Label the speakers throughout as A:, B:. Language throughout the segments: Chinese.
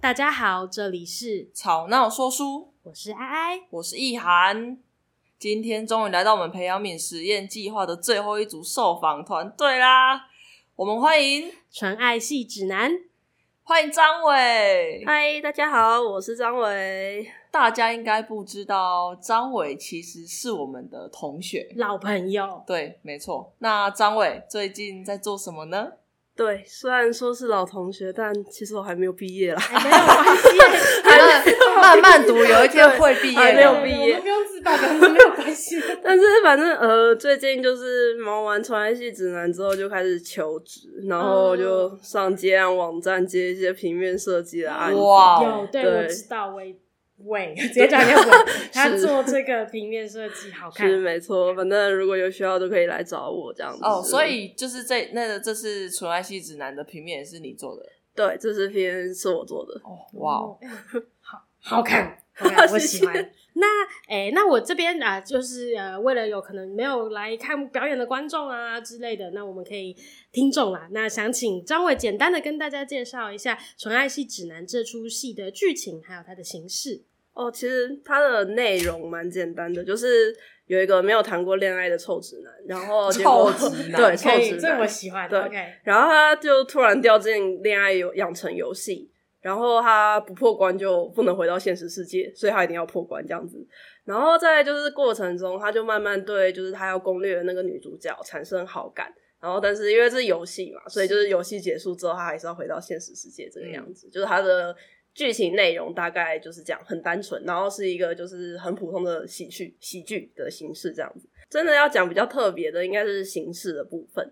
A: 大家好，这里是
B: 吵闹说书，
A: 我是哀哀，
B: 我是意涵。今天终于来到我们培养皿实验计划的最后一组受访团队啦！我们欢迎
A: 纯爱系指南。
B: 欢迎张伟。
C: 嗨，大家好，我是张伟。
B: 大家应该不知道，张伟其实是我们的同学。
A: 老朋友，
B: 对，没错。那张伟最近在做什么呢？
C: 对，虽然说是老同学，但其实我还没有毕业啦。
A: 哎没有关系，
B: 慢慢读，有一天会毕业
C: 还没有
B: 的。
C: 毕业
A: 我们不用自爆，跟我们没有关系。
C: 但是反正呃，最近就是忙完《传爱系指南》之后，就开始求职，然后
B: 嗯
C: 就上接案网站接一些平面设计的案子。
B: 哇哦
A: 有，对，
C: 对
A: 我知道，伟 伟，直接叫人家伟，他做这个平面设计好看
C: 是。没错，反正如果有需要都可以来找我这样子。
B: 哦，所以就是这那个这是纯爱系指南的平面也是你做的
C: 对，这支片是我做的。
B: 哦，哇哦，
C: 嗯
A: 好好看， 好看，我
C: 谢
A: 喜欢。那哎、那我这边啊、就是呃，为了有可能没有来看表演的观众啊之类的，那我们可以听众啦。那想请张伟简单的跟大家介绍一下《纯爱系指南》这出戏的剧情，还有它的形式。
C: 哦，其实它的内容蛮简单的，就是有一个没有谈过恋爱的臭直男，然后结果
B: 臭直男
C: 对臭
A: 可以，
C: 直
A: 这我
C: 男，
A: 喜欢。
C: 对
A: OK，
C: 然后他就突然掉进恋爱游养成游戏，然后他不破关就不能回到现实世界，所以他一定要破关这样子。然后在就是过程中，他就慢慢对就是他要攻略的那个女主角产生好感。然后，但是因为这是游戏嘛，所以就是游戏结束之后，他还是要回到现实世界这个样子。就是他的剧情内容大概就是这样，很单纯，然后是一个就是很普通的喜剧喜剧的形式这样子。真的要讲比较特别的，应该是形式的部分。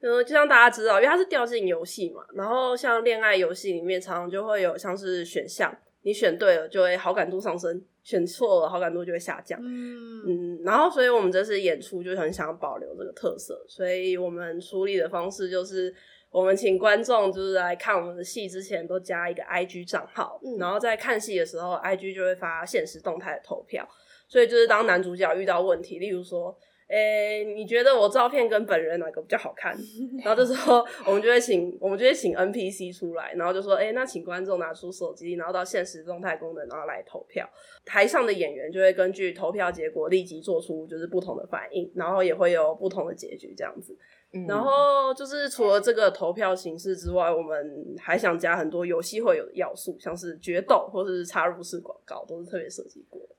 C: 嗯，就像大家知道，因为它是掉进游戏嘛，然后像恋爱游戏里面，常常就会有像是选项，你选对了就会好感度上升，选错了好感度就会下降。
A: 嗯，
C: 嗯，然后所以我们这次演出就很想保留这个特色，所以我们处理的方式就是，我们请观众就是来看我们的戏之前都加一个 IG 账号，
A: 嗯
C: 然后在看戏的时候，IG 就会发现实动态的投票，所以就是当男主角遇到问题，例如说。诶、你觉得我照片跟本人哪个比较好看？然后这时候我们就会请，我们就会请 NPC 出来，然后就说，诶、那请观众拿出手机，然后到现实动态功能，然后来投票。台上的演员就会根据投票结果立即做出就是不同的反应，然后也会有不同的结局这样子。
B: 嗯
C: 然后就是除了这个投票形式之外，我们还想加很多游戏会有的要素，像是决斗或是插入式广告，都是特别设计过的。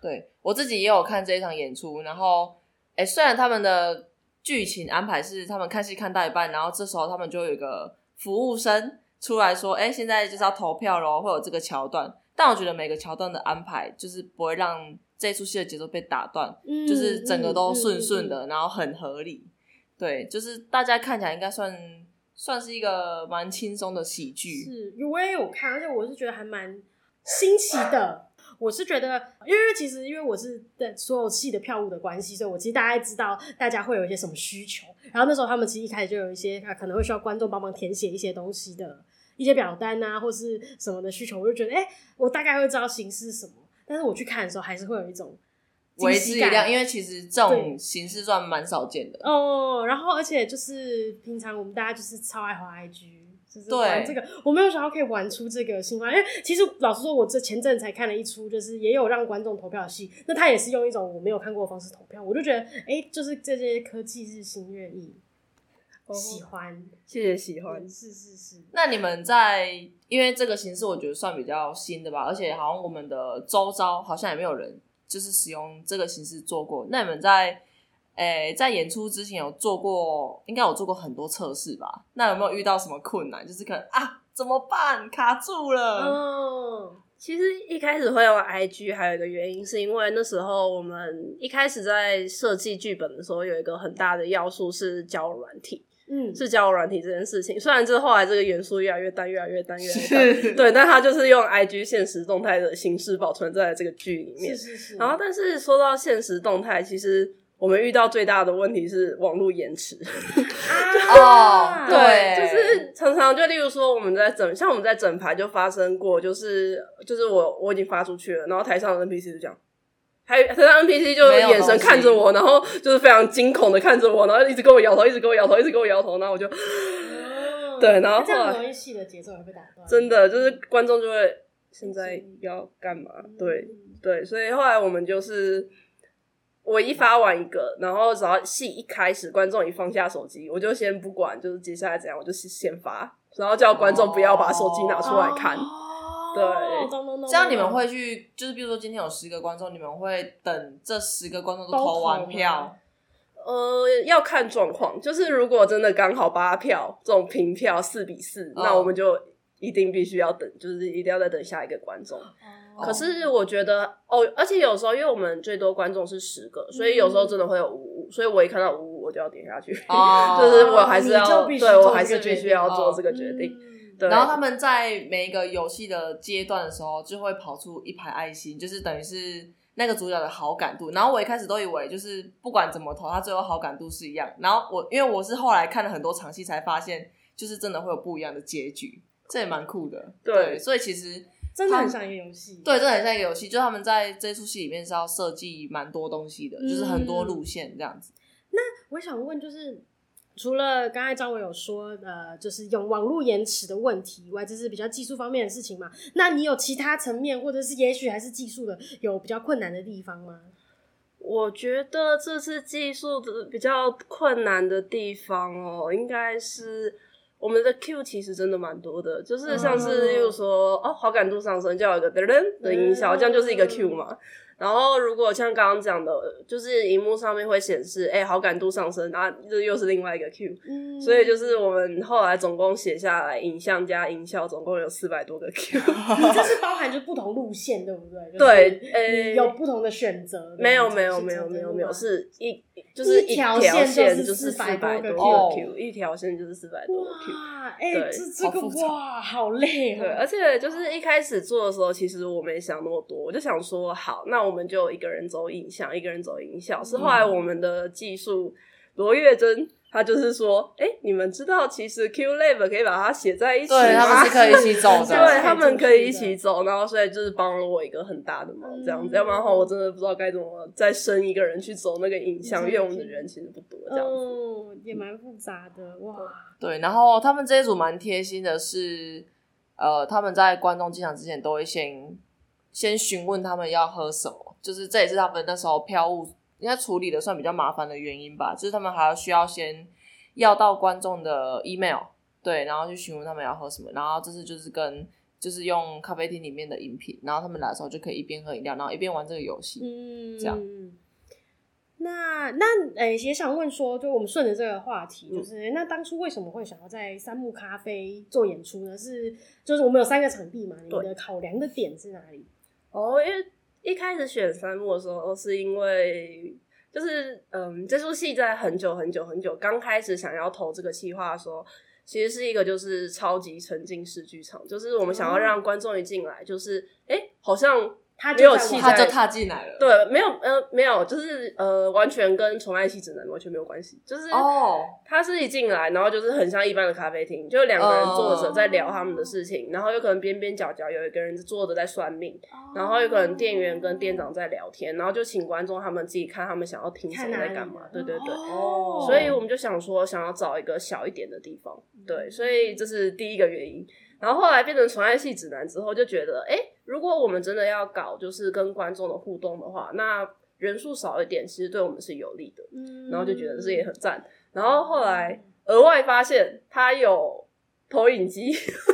B: 对我自己也有看这一场演出，然后，哎、虽然他们的剧情安排是他们看戏看到一半，然后这时候他们就有一个服务生出来说，哎、现在就是要投票咯，会有这个桥段。但我觉得每个桥段的安排就是不会让这出戏的节奏被打断，
A: 嗯
B: 就是整个都顺
A: 嗯
B: 顺。
A: 嗯嗯
B: 的，然后很合理。对，就是大家看起来应该算算是一个蛮轻松的喜剧。
A: 是，我也有看，而且我是觉得还蛮新奇的。我是觉得，因为其实因为我是在所有戏的票务的关系，所以我其实大概知道大家会有一些什么需求。然后那时候他们其实一开始就有一些啊，可能会需要观众帮忙填写一些东西的一些表单啊，或是什么的需求，我就觉得，哎、我大概会知道形式是什么。但是我去看的时候，还是会有一种惊
B: 为
A: 喜
B: 之一
A: 感
B: 亮，因为其实这种
A: 对
B: 形式算蛮少见的。
A: 哦，然后而且就是平常我们大家就是超爱滑 IG，就是
B: 对
A: 玩这个，我没有想到可以玩出这个新花，因为其实老实说，我这前阵子才看了一出，就是也有让观众投票的戏，那他也是用一种我没有看过的方式投票，我就觉得哎，就是这些科技日新月异，喜欢，嗯
C: 谢谢哦喜欢。
A: 是是是，
B: 那你们在因为这个形式，我觉得算比较新的吧，而且好像我们的周遭好像也没有人就是使用这个形式做过。那你们在诶、在演出之前有做过，应该有做过很多测试吧？那有没有遇到什么困难？就是可能啊，怎么办？卡住
C: 嗯
B: 了。
A: 哦，
C: 其实一开始会用 IG，还有一个原因是因为那时候我们一开始在设计剧本的时候，有一个很大的要素是交友软体。
A: 嗯，
C: 是交友软体这件事情，虽然这后来这个元素越来越淡，越来越淡，越来越淡，
B: 是，
C: 嗯 对，但它就是用 IG 现实动态的形式保存在这个剧里面
A: 是。是啊是，
C: 然后，但是说到现实动态，其实我们遇到最大的问题是网络延迟。
A: 啊
B: 哦对
C: 就是常常就例如说我们在整，像我们在整排就发生过，就是就是我我已经发出去了，然后台上的 NPC 就这样。还有台上 NPC 就
B: 没有
C: 眼神
B: 东西
C: 看着我，然后就是非常惊恐的看着我，然后一直跟我摇头，一直跟我摇头，一直跟我摇头，然后我就
A: 哦
C: 对然后
A: 这样
C: 后来
A: 很容易戏的节奏也会打断，
C: 真的就是观众就会现在要干嘛？对，
A: 嗯
C: 对，所以后来我们就是我一发完一个，然后只要戏一开始，观众一放下手机，我就先不管，就是接下来怎样，我就先先发，然后叫观众不要把手机拿出来看。
A: 哦
C: 对
A: 懂懂懂
B: 这样你们会去，就是比如说今天有十个观众，你们会等这十个观众都
A: 都
B: 投完
A: 投
B: 票
A: 完，
C: 呃，要看状况，就是如果真的刚好八票这种平票四比四、那我们就一定必须要等，就是一定要再等下一个观众。
A: 哦
C: 可是我觉得哦，而且有时候因为我们最多观众是十个，所以有时候真的会有五五，所以我一看到五五我就要点下去，
B: 哦
C: 就是我还是
A: 你就
C: 要
A: 必须
C: 对
A: 做
C: 我还
A: 这个
C: 是必
A: 决
C: 须
A: 定
C: 要做
B: 哦
C: 这个决定。
A: 嗯
C: 对，
B: 然后他们在每一个游戏的阶段的时候，就会跑出一排爱心，就是等于是那个主角的好感度。然后我一开始都以为就是不管怎么投，他最后好感度是一样。然后我因为我是后来看了很多场戏才发现，就是真的会有不一样的结局，这也蛮酷的。
C: 对
B: 所以其实
A: 真的很像一个游戏，
B: 对，这很像一个游戏，就是他们在这出戏里面是要设计蛮多东西的，就是很多路线这样子。
A: 我想问，就是除了刚才张伟有说，呃，就是有网络延迟的问题以外，这是比较技术方面的事情嘛？那你有其他层面，或者是也许还是技术的有比较困难的地方吗？
C: 我觉得这次技术的比较困难的地方哦，应该是我们的 Q 其实真的蛮多的，就是像
A: 嗯
C: 是例如说哦，好感度上升就要有一个噔噔的音效，
A: 嗯
C: 这样就是一个 Q 嘛。然后如果像刚刚讲的，就是荧幕上面会显示哎好感度上升，那这又是另外一个 Q。
A: 嗯，
C: 所以就是我们后来总共写下来，影像加音效总共有四百多个 Q。
A: 你 这是包含就不同路线，对不 对？就是
C: 对
A: 你
C: 呃
A: 有不同的选择。
C: 没有
A: 对
C: 没有
A: 是
C: 没
A: 这
C: 有
A: 样
C: 没有
A: 子
C: 没有，
A: 吗
C: 是一就
A: 一
C: 是
A: 条
C: 条
A: 线就
C: 就是是四
A: 400
C: 百
A: 多
C: 多
A: 个
B: Q
C: Q，一条线就是四百多个 Q。
A: 哇，哎、
C: 对
A: 这这个
B: 好复杂
A: 哇，好累哦。
C: 对，而且就是一开始做的时候，其实我没想那么多，我就想说，好，那我们就一个人走影像，一个人走音效。是后来我们的技术罗月珍，她就是说，哎，你们知道其实 Q Lab 可以把它写在一起吗？
B: 对，他们是可以一起走的。
C: 对他
A: 可以
C: 们可以一
A: 进去的
C: 起走，然后所以就是帮了我一个很大的忙，这样子，
A: 嗯
C: 要不然的话我真的不知道该怎么再生一个人去走那个影像，因为我们的人其实不多，这样子。
A: 嗯，也蛮复杂的哇。
B: 对，然后他们这一组蛮贴心的是，呃，他们在观众进场之前都会先先询问他们要喝什么，就是这也是他们那时候票务应该处理的算比较麻烦的原因吧，就是他们还要需要先要到观众的 email，对，然后去询问他们要喝什么，然后这次就是跟就是用咖啡厅里面的饮品，然后他们来的时候就可以一边喝饮料，然后一边玩这个游戏。
A: 嗯，
B: 这样
A: 那那诶、也想问说，就我们顺着这个话题，
C: 嗯
A: 就是、那当初为什么会想要在三木咖啡做演出呢？是就是我们有三个场地嘛，你们的考量的点是哪里？
C: 哦，因为一开始选三幕的时候，是因为就是嗯，这出戏在很久很久很久刚开始想要投这个企划的时候，其实是一个就是超级沉浸式剧场，就是我们想要让观众一进来，就是哎、诶好像
A: 他
C: 没
A: 在
C: 有
A: 我
C: 气
B: 他
C: 在
B: 就踏进来了，
C: 对，没有呃没有，就是呃完全跟《宠爱系指南》完全没有关系，就是
B: 哦，
C: 他是一进来，然后就是很像一般的咖啡厅，就两个人坐着在聊他们
A: 哦
C: 的事情然后有可能边边角角有一个人坐着在算命，
A: 哦
C: 然后有可能店员跟店长在聊天，然后就请观众他们自己看他们想要听谁
A: 看哪
C: 在
A: 里
C: 干嘛，对对对。
A: 哦
C: 所以我们就想说，想要找一个小一点的地方，对，
A: 嗯
C: 所以这是第一个原因。然后后来变成纯爱系指南之后，就觉得，哎，如果我们真的要搞就是跟观众的互动的话，那人数少一点，其实对我们是有利的。
A: 嗯
C: 然后就觉得这也很赞。然后后来额外发现他有投影机，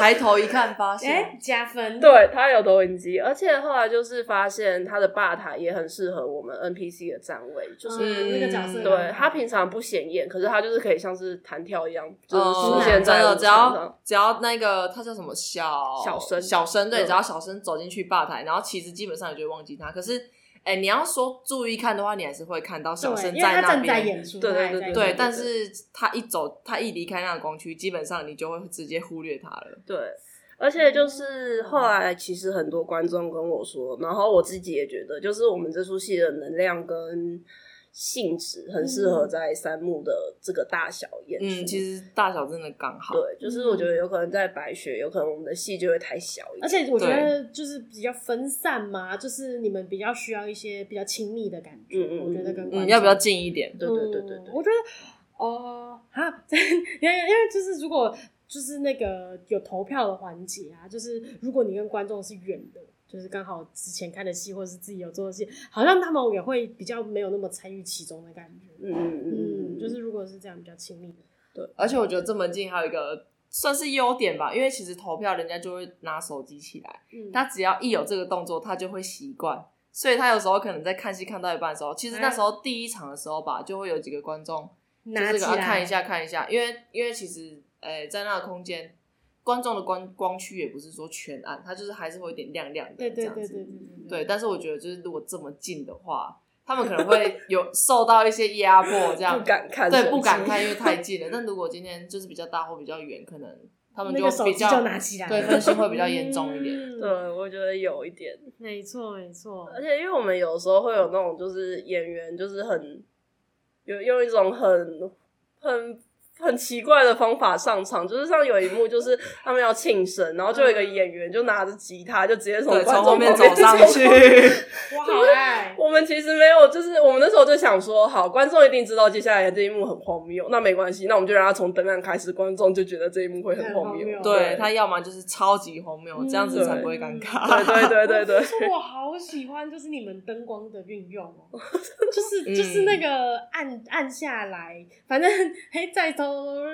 B: 抬头一看发现，
A: 哎、加分，
C: 对他有投影机，而且后来就是发现他的吧台也很适合我们 NPC 的站位，就
A: 嗯，
C: 是。
A: 那个角色
B: 嗯
C: 对他平常不显眼，可是他就是可以像是弹跳一样，就是
B: 哦
C: 出现在
B: 真
C: 我
B: 的，
C: 们
B: 只
C: 场上。
B: 要只要那个他叫什么小
C: 小生
B: 小生对，
C: 嗯
B: 只要小生走进去吧台，然后其实基本上你就会忘记他。可是，哎、你要说注意看的话，你还是会看到小
A: 对，
B: 生
A: 因为他
B: 那
A: 正在
B: 边。
A: 演出，
C: 对对
A: 他还
C: 对
A: 在
C: 对
A: 演
B: 对，
A: 出
B: 但是他一走，他一离开那个光区，基本上你就会直接忽略他了。
C: 对，而且就是后来其实很多观众跟我说，然后我自己也觉得，就是我们这出戏的能量跟性质很适合在三幕的这个大小演出。
B: 嗯，其实大小真的刚好。
C: 对，就是我觉得有可能在白雪，有可能我们的戏就会太小一点。
A: 而且我觉
B: 对
A: 得就是比较分散嘛，就是你们比较需要一些比较亲密的感觉，
C: 嗯嗯嗯
A: 我觉得跟
C: 嗯
A: 观
B: 嗯，
A: 众
B: 要不要近一点？
C: 对对对对对
A: 嗯我觉得。哦，啊，对 因为因为就是如果就是那个有投票的环节啊，就是如果你跟观众是远的，就是刚好之前看的戏或者是自己有做的戏，好像他们也会比较没有那么参与其中的感觉。
C: 嗯嗯嗯
A: 嗯，
C: 嗯，
A: 就是如果是这样比较亲密的，
B: 而且我觉得这门禁还有一个算是优点吧，因为其实投票人家就会拿手机起来，
A: 嗯，
B: 他只要一有这个动作，他就会习惯。所以他有时候可能在看戏看到一半的时候，其
A: 嗯
B: 实那时候第一场的时候吧，就会有几个观众就
A: 拿
B: 是
A: 起
B: 要
A: 来
B: 看一，下看一下，因为因为其实呃在那个空间，观众的光光区也不是说全暗，它就是还是会有点亮亮的
A: 对
B: 这
A: 对
B: 样
A: 对
B: 子。
A: 对
B: 对，但是我觉得就是如果这么近的话，他们可能 会有受到一些压迫，这样
C: 不敢看手机，
B: 对不敢看，因为太近 了。但如果今天就是比较大或比较远，可能他们
A: 那个手
B: 比
A: 机
B: 较
A: 就拿起来，
B: 对分心会比较严重 一点。
A: 嗯
C: 对，我觉得有一点，
A: 没错没错
C: 而，且因为我们有时候会有那种就是演员就是很有用一种很很很奇怪的方法上场，就是像有一幕就是他们要庆生，然后就有一个演员就拿着吉他就直接
B: 嗯
C: 从
B: 对，从
C: 观
B: 后
C: 众
B: 面
C: 旁
B: 走
C: 边
B: 上 去，
A: 我好爱，
C: 我们其实没有，就是我们那时候就想说，好，观众一定知道接下来这一幕很荒谬，那没关系，那我们就让他从灯亮开始，观众就觉得这一幕会很荒
A: 很荒
C: 谬。
A: 谬
B: 对他要么就是超级荒谬，这样子才
C: 嗯
B: 不会尴
C: 对
B: 尬。
C: 对对对对
A: 我是说我好喜欢，就是你们灯光的运用 哦，就是就是
B: 嗯
A: 那个按按下来，反正黑在偷，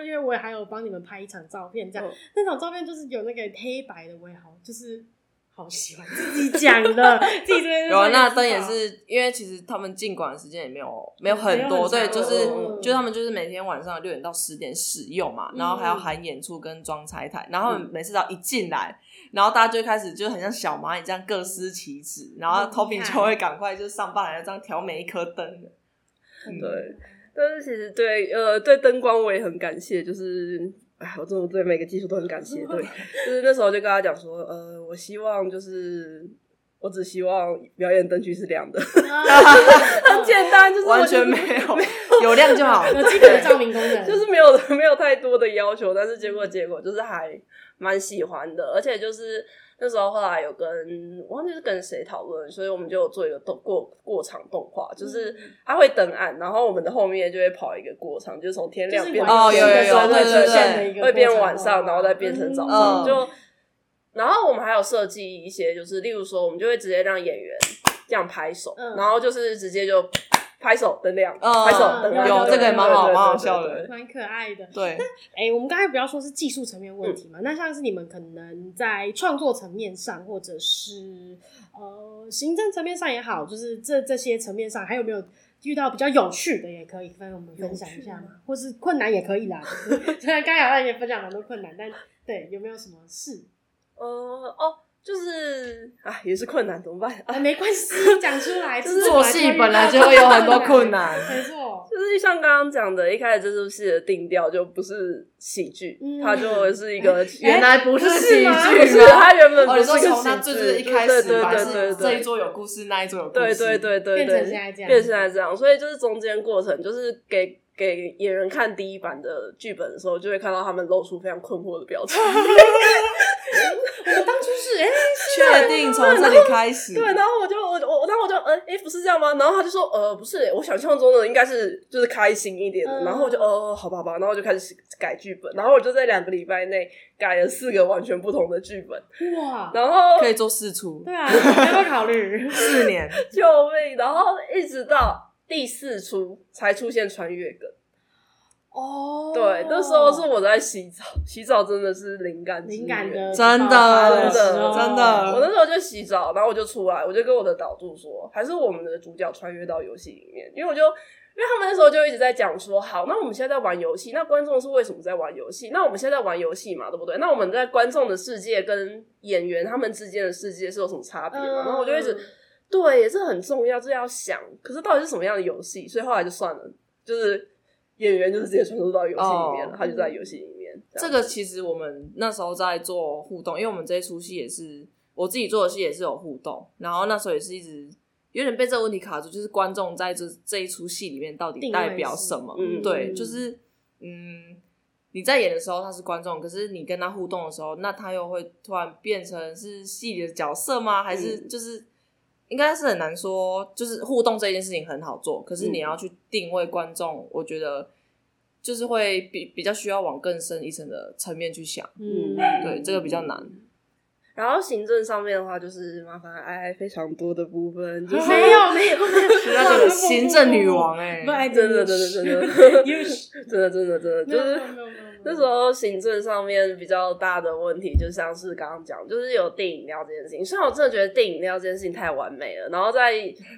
A: 因为我也还有帮你们拍一场照片，这样、
C: 嗯
A: 那场照片就是有那个黑白的，我也好就是好喜欢自己讲 的，自己这边
B: 有啊，那
A: 灯
B: 灯也是因为其实他们进馆的时间也没有没有
A: 没
B: 很
A: 有
B: 多，
A: 很
B: 对，
A: 长
B: 就是
C: 嗯
B: 就他们就是每天晚上六点到十点使用嘛，
A: 嗯
B: 然后还要喊演出跟装拆台，然后他们每次只要一进来，然后大家就会开始就很像小蚂蚁这样各司其职，然后
A: 嗯
B: Toby
A: 厉害
B: 就会赶快就上班来这样调每一颗灯的，嗯
C: 对，但是其实对呃对灯光我也很感谢，就是哎，我真的对每个技术都很 感谢。对，就是那时候就跟他讲说，呃，我希望就是我只希望表演灯具是亮的， 很简单，就是我
B: 完
C: 觉得
B: 全没有有亮就 好，
A: 哦有基本的照明功 能，
B: 嗯
C: 就是没有 没有太多的要求，但是结果结果就是还蛮喜欢的，而且就是那时候后来有跟我忘记是跟谁讨论，所以我们就有做一个动过过场动画，
B: 嗯
C: 就是它会灯暗，然后我们的后面就会跑一个过场，就是从天亮
A: 就是
C: 变
A: 晚上
B: 哦有有有
C: 对
B: 对
C: 对
B: 对对
A: 对
C: 会变晚上，然后再变成早上，
B: 嗯
C: 就然后我们还有设计一些，就是例如说我们就会直接让演员这样拍手，
A: 嗯
C: 然后就是直接就。拍手灯亮，
B: 嗯
C: 拍手灯亮，
A: 有这个也蛮
B: 好
C: 对对对
B: 蛮
C: 对
B: 好
C: 对
B: 笑的
C: 对对
A: 蛮可爱的。
B: 对，
A: 哎、我们刚才不要说是技术层面问题嘛，那像是你们可能在创作层面上，或者是呃行政层面上也好，就是这这些层面上，还有没有遇到比较有趣的，也可以跟我们分享一下嘛，或是困难也可以啦。就是 虽然刚才好像也分享蛮多困难，但对有没有什么事？
C: 呃，哦，就是啊，也是困难，怎么办 啊？
A: 啊，没关系，讲出来。就是
B: 做戏本来就会有 很多困，难，
A: 没错，
C: 就是像刚刚讲的，一开始这出戏的定调就不是喜剧，
A: 嗯
C: 它就是一个
B: 原来 不是喜剧
A: 不
B: 吗？
A: 是
C: 不是它啊原本
B: 哦，
C: 不
B: 你
C: 是
B: 说
C: 个
B: 从那
C: 喜
B: 最
C: 剧，
B: 最一开
C: 对
B: 始
C: 对
B: 吧，
C: 对
B: 是
C: 对
B: 这一
C: 对。
B: 桌有故事，那一桌有故
C: 对
B: 事，
C: 对对对
A: 变成
C: 对，
A: 现在这样
C: 变成现在这样，所以就是中间过程，就是给给演员看第一版的剧本的时候，就会看到他们露出非常困惑的表 情。
A: 我当初是哎、
B: 确定从这里开始，
C: 对，然后我就我我我然后我就呃，诶，不是这样吗？然后他就说呃，不是、我想象中的应该是就是开心一点的。
A: 嗯
C: 然后我就呃，好吧好吧，然后我就开始改剧本，然后我就在两个礼拜内改了四个完全不同的剧本，
A: 哎哇，
C: 然后
B: 可以做四出
A: 对啊，要不要考虑？
B: 四年，
C: 救命，然后一直到第四出才出现穿越梗。
A: 哦，
C: 对，那时候是我在洗澡，洗澡真的是灵感之
A: 敏感
C: 源
A: 的地方
B: 真
A: 发
B: 的
A: 生时候，
B: 真的
C: 我那时候就洗澡，然后我就出来，我就跟我的导助说，还是我们的主角穿越到游戏里面，因为我就。因为他们那时候就一直在讲说，好，那我们现在在玩游戏，那观众是为什么在玩游戏？那我们现在在玩游戏嘛，对不对？那我们在观众的世界跟演员他们之间的世界是有什么差别吗？
A: 嗯
C: 然后我就一直对，这很重要，这要想。可是到底是什么样的游戏？所以后来就算了，就是演员就是直接传输到游戏里面了，
B: 哦
C: 他就在游戏里面。
B: 这
C: 样嗯
B: 个其实我们那时候在做互动，因为我们这一出戏也是我自己做的戏也是有互动，然后那时候也是一直有点被这个问题卡住，就是观众在这这一出戏里面到底
A: 定
B: 代
A: 位
B: 表
A: 是
B: 什么？
C: 嗯
B: 对，就是嗯，你在演的时候他是观众，可是你跟他互动的时候，那他又会突然变成是戏里的角色吗？还是
C: 嗯
B: 就是？应该是很难
C: 嗯
B: 说，就是互动这件事情很好做，可是你要去定位观众，我觉得就是会比比较需要往更深一层的层面去想。
A: 嗯，
B: 对，这个比较难。
C: 嗯然后行政上面的话，就是麻烦爱爱非常多的部分，就是
A: 没有没有，
B: 那个行政女 王哎、
A: 不，哎，
C: 真的真的真的真的真的真的，
A: 没有，
C: 就
A: 没有
C: 是
A: 没有没有
C: 那时候行政上面比较大的问题，就像是刚刚讲，就是有订饮料这件事情。虽然我真的觉得订饮料这件事情太完美了，然后在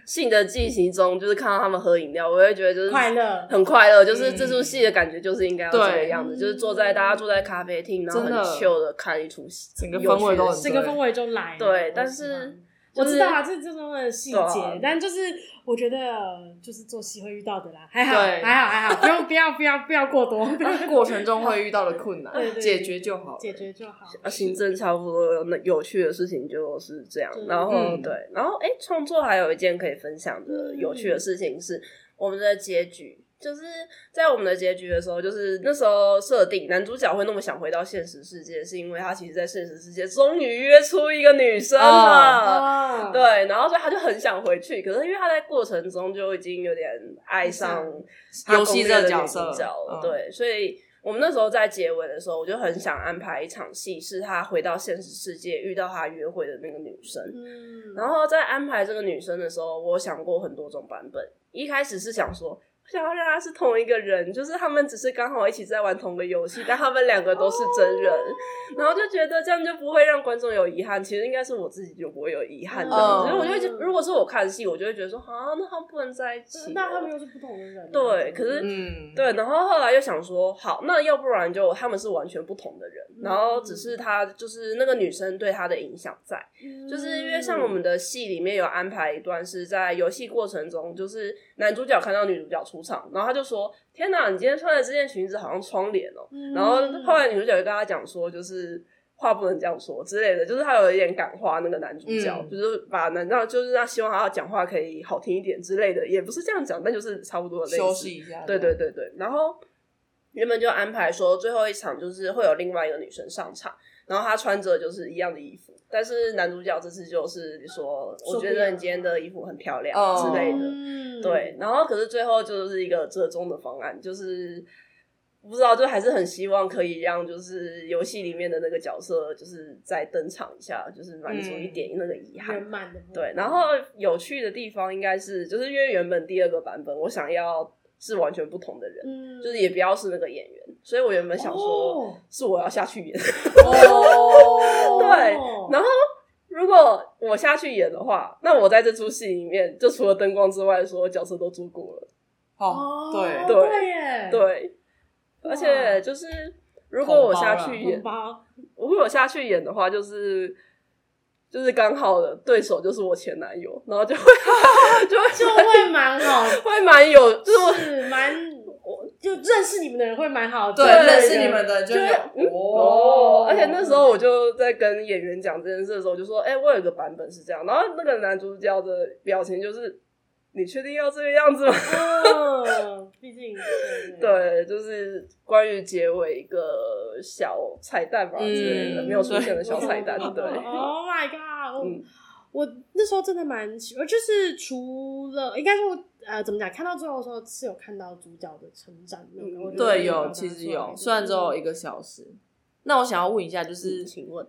C: 性的进行中，就是看到他们喝饮料，我会觉得就是
A: 快乐
C: 很快乐。就是
B: 嗯
C: 这出戏的感觉就是应该要这
B: 对
C: 个样子，就是坐在大家坐在咖啡厅，然后
B: 真
C: 很
B: 的
C: chill 的看一出戏，
B: 整个
C: 有
B: 氛围
C: 趣的
B: 都很
C: 事
A: 整个氛围就来了。
C: 对但
A: 我喜欢我
C: 是就是
A: 知道啊，这这种的细
C: 对啊
A: 节，但就是我觉得呃就是做戏会遇到的啦，还好
B: 对
A: 还好还好，不用不要不要不要过多，
B: 过程中会遇到的困难，
A: 对对对
B: 解决就好了。
A: 解决就好。
C: 啊，行政差不多有那有趣的事情就是这样
A: 就是。
C: 然后、
B: 嗯
C: 对，然后哎，诶创、作还有一件可以分享的
A: 嗯
C: 有趣的事情是我们的结局。就是在我们的结局的时候，就是那时候设定男主角会那么想回到现实世界，是因为他其实，在现实世界终于约出一个女生了。
B: 嗯
A: 啊，
C: 对，然后所以他就很想回去，可是因为他在过程中就已经有点爱上
B: 嗯游戏这个角
C: 色
B: 色，嗯
C: 对，所以我们那时候在结尾的时候，我就很想安排一场戏，是他回到现实世界遇到他约会的那个女生。
A: 嗯，
C: 然后在安排这个女生的时候，我想过很多种版本。一开始是想说，想要让她是同一个人，就是他们只是刚好一起在玩同个游戏，但他们两个都是真人，
A: 哦
C: 然后就觉得这样就不会让观众有遗憾。其实应该是我自己就不会有遗憾的，
B: 嗯
A: 哦
C: 所以我就会觉得，如果是我看戏，我就会觉得说，啊，那他们不能在一起了，
A: 那他们又是不同的人啊。
C: 对可是
B: 嗯，
C: 对，然后后来又想说，好，那要不然就他们是完全不同的人，然后只是他就是那个女生对他的影响在，
A: 嗯
C: 就是因为像我们的戏里面有安排一段是在游戏过程中，就是男主角看到女主角出场，然后他就说：“天哪，你今天穿的这件裙子好像窗帘哦。”
A: 嗯
C: 然后后来女主角就跟他讲说，就是话不能这样说之类的，就是他有一点感化那个男主角，
B: 嗯
C: 就是把男让就是让希望他讲话可以好听一点之类的，也不是这样讲，但就是差不多的类似
B: 休息一下。
C: 对对对对，然后原本就安排说最后一场就是会有另外一个女生上场，然后她穿着就是一样的衣服，但是男主角这次就是说，
A: 说
C: 我
A: 不
C: 觉得
A: 要
C: 你今天的衣服很漂亮
B: 哦
C: 之类的，
A: 嗯
C: 对，，然后可是最后就是一个折中的方案，就是不知道，就还是很希望可以让就是游戏里面的那个角色就是再登场一下，就是满足一点那个遗憾
A: 圆。满的部分
C: 对，然后有趣的地方应该是，就是因为原本第二个版本我想要是完全不同的人，
A: 嗯
C: 就是也不要是那个演员，所以我原本想说、
A: 哦
C: 是我要下去演，
B: 哦，
C: 对然后如果我下去演的话，那我在这出戏里面就除了灯光之外，所有角色都做过了，
B: 哦，对
A: 哦
C: 对
A: 对耶，
C: 对，
A: 哇
C: 而且就是如果我下去演
A: 红，包
C: 如果我下去演的话，就是。就是刚好的对手就是我前男友，然后就会 就会
A: 就会蛮好，
C: 会蛮有，就是我
A: 是蛮我就认识你们的人会蛮好的，
B: 对，
C: 对
B: 认识你们的就
C: 就是
B: 有
C: 哦，而且那时候我就在跟演员讲这件事的时候，我就说：“哎、我有一个版本是这样。”然后那个男主角的表情就是：“你确定要这个样子吗
A: 嗯，毕竟？”嗯
C: 对，就是关于结尾一个小彩蛋吧
B: 嗯
C: 之类的，没有出现的小彩 蛋。对，
A: 嗯，Oh my god！我
C: 嗯
A: 我那时候真的蛮喜欢，就是除了应该说呃怎么讲，看到最后的时候是有看到主角的成长，没有
C: 嗯
A: 我觉得
B: 对
A: 有表
B: 有
A: 达
B: 其实
A: 出来就
B: 有，
A: 是
B: 虽然只有一个小时。那我想要问一下，就是
C: 嗯请问，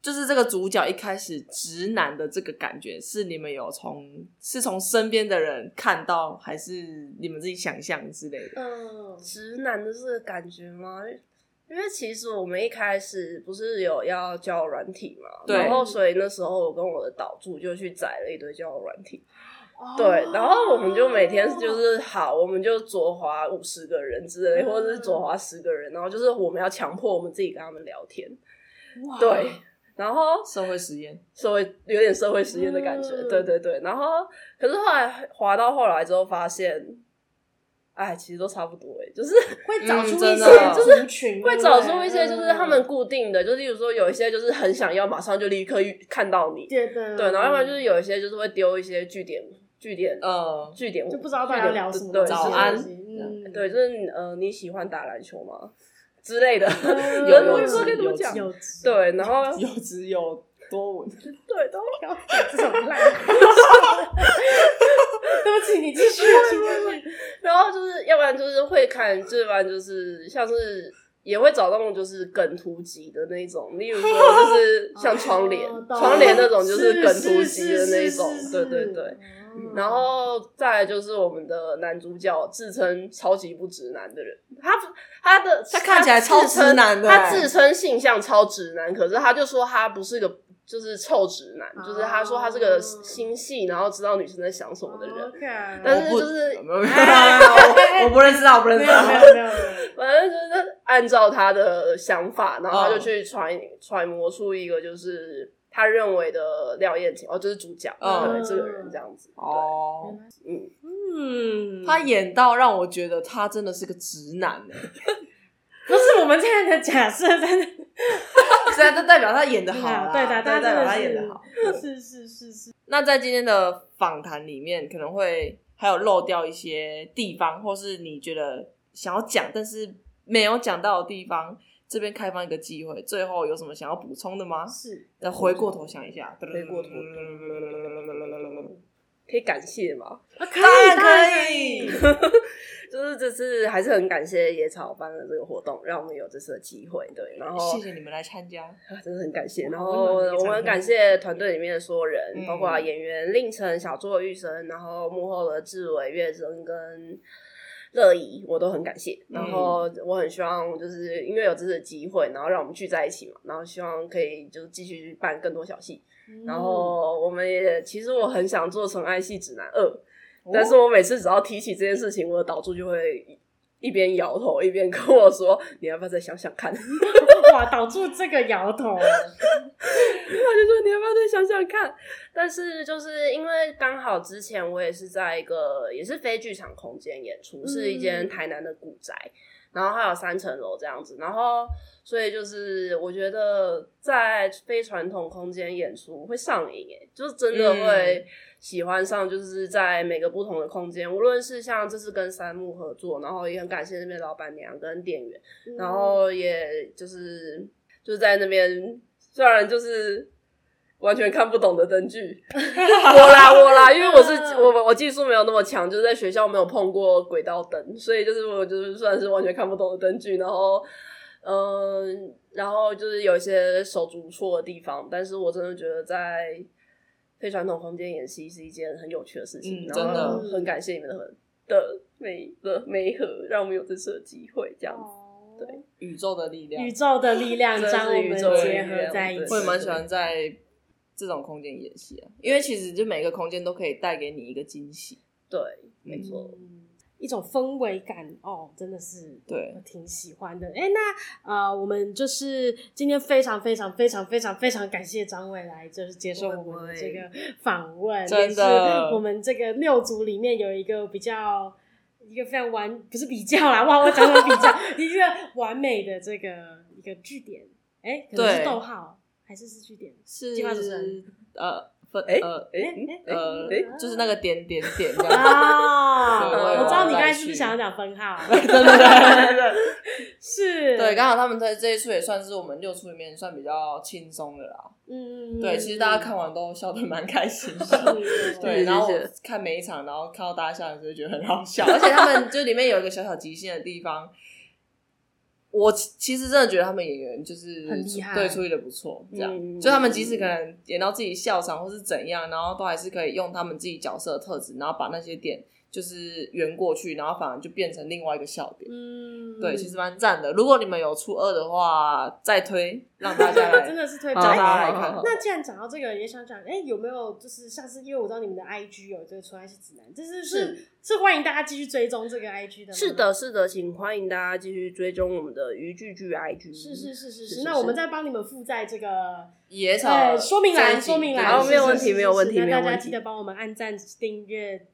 B: 就是这个主角一开始直男的这个感觉，是你们有从是从身边的人看到，还是你们自己想象之类的？
A: 嗯
C: 直男的这个感觉吗？因为其实我们一开始不是有要交友软体嘛，
B: 对
C: 然后所以那时候我跟我的导助就去载了一堆交友软体，
A: 哦
C: 对，然后我们就每天就是好，我们就左滑五十个人之类，或者是左滑
A: 嗯
C: 十个人，然后就是我们要强迫我们自己跟他们聊天，
A: 哇
C: 对，然后
B: 社会实验，
C: 社会有点社会实验的感觉，
A: 嗯
C: 对对对，然后可是后来滑到后来之后发现，哎，其实都差不多哎，就是
A: 会找出
B: 嗯
A: 一
B: 真的
A: 些族群，
C: 会
A: 对不
C: 找
A: 对
C: 出一些就是他
A: 嗯
C: 们固定的，就是例如说有一些就是很想要马上就立刻遇看到你，
A: 对的，
C: 对，然后要不然就是有一些就是会丢一些据点据点
B: 呃，
C: 据点，
A: 就不知道大家聊什么
C: 对
A: 这些
B: 早安
A: 东西嗯，
C: 对，就是你呃，你喜欢打篮球吗之类的？
A: 嗯，
B: 有有
C: 我也不知道该怎么
B: 有
C: 讲。
A: 有
C: 对，然后
B: 有只有多文，
C: 对，然后
A: 不要讲这种烂话， 对不起，你继 续，请继续
C: 然后就是，要不然就是会看，这不然就是像是也会找那种就是梗图集的那种，例如说就是像窗帘，
A: 哦懂
C: 窗帘那种就是梗图集
A: 是
C: 的
A: 是
C: 那
A: 是
C: 种
A: 是，
C: 对
A: 是
C: 对对。
A: 嗯
C: 然后再来就是我们的男主角自称超级不直男的人，他不他的
B: 他看起来超直男的欸
C: 他自称他自称性向超直男，可是他就说他不是个就是臭直男，
A: 哦
C: 就是他说他是个心细，然后知道女生在想什么的人。
A: 哦
B: 哦
A: OK，
C: 但是
B: 我不
C: 就是
B: 没有没有我我不认识他，我不认
A: 没
B: 识
A: 有没
B: 他。
A: 有没有没 有，
C: 反正就是按照他的想法，然后他
B: 哦
C: 就去揣、揣摩出一个就是他认为的廖燕婷，哦，就是主角，
B: 嗯
C: 对这个人这样子。
B: 哦，
C: 对，嗯，
A: 嗯，
B: 他演到让我觉得他真的是个直男欸，
A: 不是我们现在的假设，真的
B: 虽然这代表他演的好啦，
A: 对的，
B: 代
A: 大家
B: 表
A: 真的
B: 他
A: 是
B: 演的好。，
A: 是是是是，
B: 那在今天的访谈里面，可能会还有漏掉一些地方，或是你觉得想要讲但是没有讲到的地方，这边开放一个机会。最后有什么想要补充的吗？
C: 啊
A: 是
B: 再回过头想一下，
A: 嗯
C: 回过头可以感谢吗？
A: 啊，可
B: 当然
A: 当
B: 可以。
C: 就是这次还是很感谢野草办了这个活动，让我们有这次的机会。对，然后
B: 谢谢你们来参加，
C: 啊真的很感谢。然
B: 温
C: 后
B: 暖的一个
C: 我
B: 场
C: 们
B: 合
C: 感谢团队里面的所有人，
B: 嗯
C: 包括演员令晨、小作、玉生，然后幕后的志伟、月生跟乐怡，我都很感谢。然后我很希望就是因为有这次的机会，然后让我们聚在一起嘛，然后希望可以就是继续办更多小戏。
A: 嗯
C: 然后我们也其实我很想做《纯爱系指南二》，但
B: 哦
C: 是我每次只要提起这件事情，我的导助就会一一边摇头一边跟我说：“你要不要再想想看？”他就
A: 哇，导住这个摇头，
C: 说：“你要不要再想想看？”但是就是因为刚好之前我也是在一个也是非剧场空间演出，是一间台南的古宅，然后还有三层楼这样子，然后所以就是我觉得在非传统空间演出会上瘾，哎，就是真的会喜欢上，就是在每个不同的空间，无论是像这次跟三木合作，然后也很感谢那边老板娘跟店员，
A: 嗯
C: 然后也就是就是在那边，虽然就是。完全看不懂的灯具，我啦我啦，因为我是
A: 嗯
C: 我我我技术没有那么强，就是在学校没有碰过轨道灯，所以就是我就是算是完全看不懂的灯具，然后嗯，然后就是有一些手足错的地方，但是我真的觉得在非传统空间演戏是一件很有趣的事情，
B: 嗯
C: 然后
A: 真的
C: 很感谢你们的的美的美和，让我们有这次的机会，这样子。对
B: 宇宙的力量
A: 哦宇，宙的力量
C: 真是
A: 将我们
C: 宇宙的
A: 结
C: 力
A: 合
C: 量
A: 在一
C: 对
A: 起，
B: 我也蛮喜欢在这种空间演戏啊，因为其实就每个空间都可以带给你一个惊喜。
C: 对，没错。
A: 嗯一种氛围感哦，真的是
B: 对
A: 我挺喜欢的。哎、那呃，我们就是今天非常非常非常非常非常感谢张伟来，就是接受我们的这个访问，也
B: 真的
A: 是我们这个六组里面有一个比较。一个非常完不是比较啦， 哇！我讲什么比较？一个完美的这个一个句点，哎、可能是
B: 对
A: 逗号还是是句点？
B: 是
A: 计划主持 人
B: 呃分
C: 哎
B: 呃
C: 哎
B: 呃
C: 哎，
B: 就是那个点点点这样。
A: 啊，
B: 对
C: 我有
A: 我知道你刚才
B: 在
A: 是不是
B: 去
A: 想要讲分 号？
B: 对对对对对
A: 是，
B: 对，刚好他们在这一出也算是我们六出里面算比较轻松的啦。
A: 嗯，
B: 对，其实大家看完都笑得蛮开心 的。
A: 是
B: 对，
C: 是
B: 然后
C: 是
B: 我看每一场，然后看到大家笑，就会觉得很好笑。而且他 们就里面有一个小小极限的地方，我其其实真的觉得他们演员就是
A: 很厉害
B: 对处理的不错。这样，
C: 嗯
B: 就他们即使可能演到自己笑场或是怎样，然后都还是可以用他们自己角色的特质，然后把那些点就是圆过去，然后反而就变成另外一个笑点。
A: 嗯，
B: 对，其实蛮赞的。如果你们有初二的话，再推让大家
A: 真
B: 来，
A: 的是推
B: 让
A: 荐。
B: 大家
A: 哎
B: 来看。
A: 那既然讲到这个，也想讲，哎、有没有就是像是因为我知道你们的 IG 有这个出来是指南，就是是是欢迎大家继续追踪这个 IG 的，
C: 是的，，是的，请欢迎大家继续追踪我们的渔剧剧 IG。
A: 嗯是是是是
C: 是
A: 是。
C: 是
A: 那我们再帮你们附在这个
B: 野草
A: 呃说明
B: 这
A: 栏，
B: 一集
A: 说明栏，
C: 好
A: 是
C: 没有问
A: 是
C: 题
A: 是是
C: 没有问
A: 是
C: 题
A: 那
C: 没有
A: 大家
C: 问题
A: 记得帮我们按赞、订阅、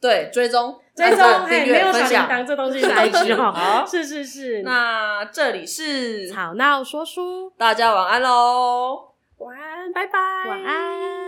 B: 对，追踪、
A: 追踪，
B: 按赞
A: 哎，
B: 订
A: 没
B: 阅
A: 有小
B: 分
A: 铃
B: 享。
A: 铛这东 西是 IG 哦，
B: 好
A: 是是是。
B: 那这里是
A: 吵闹说书，
B: 大家晚安喽。
C: 晚安，拜拜，
A: 晚。安。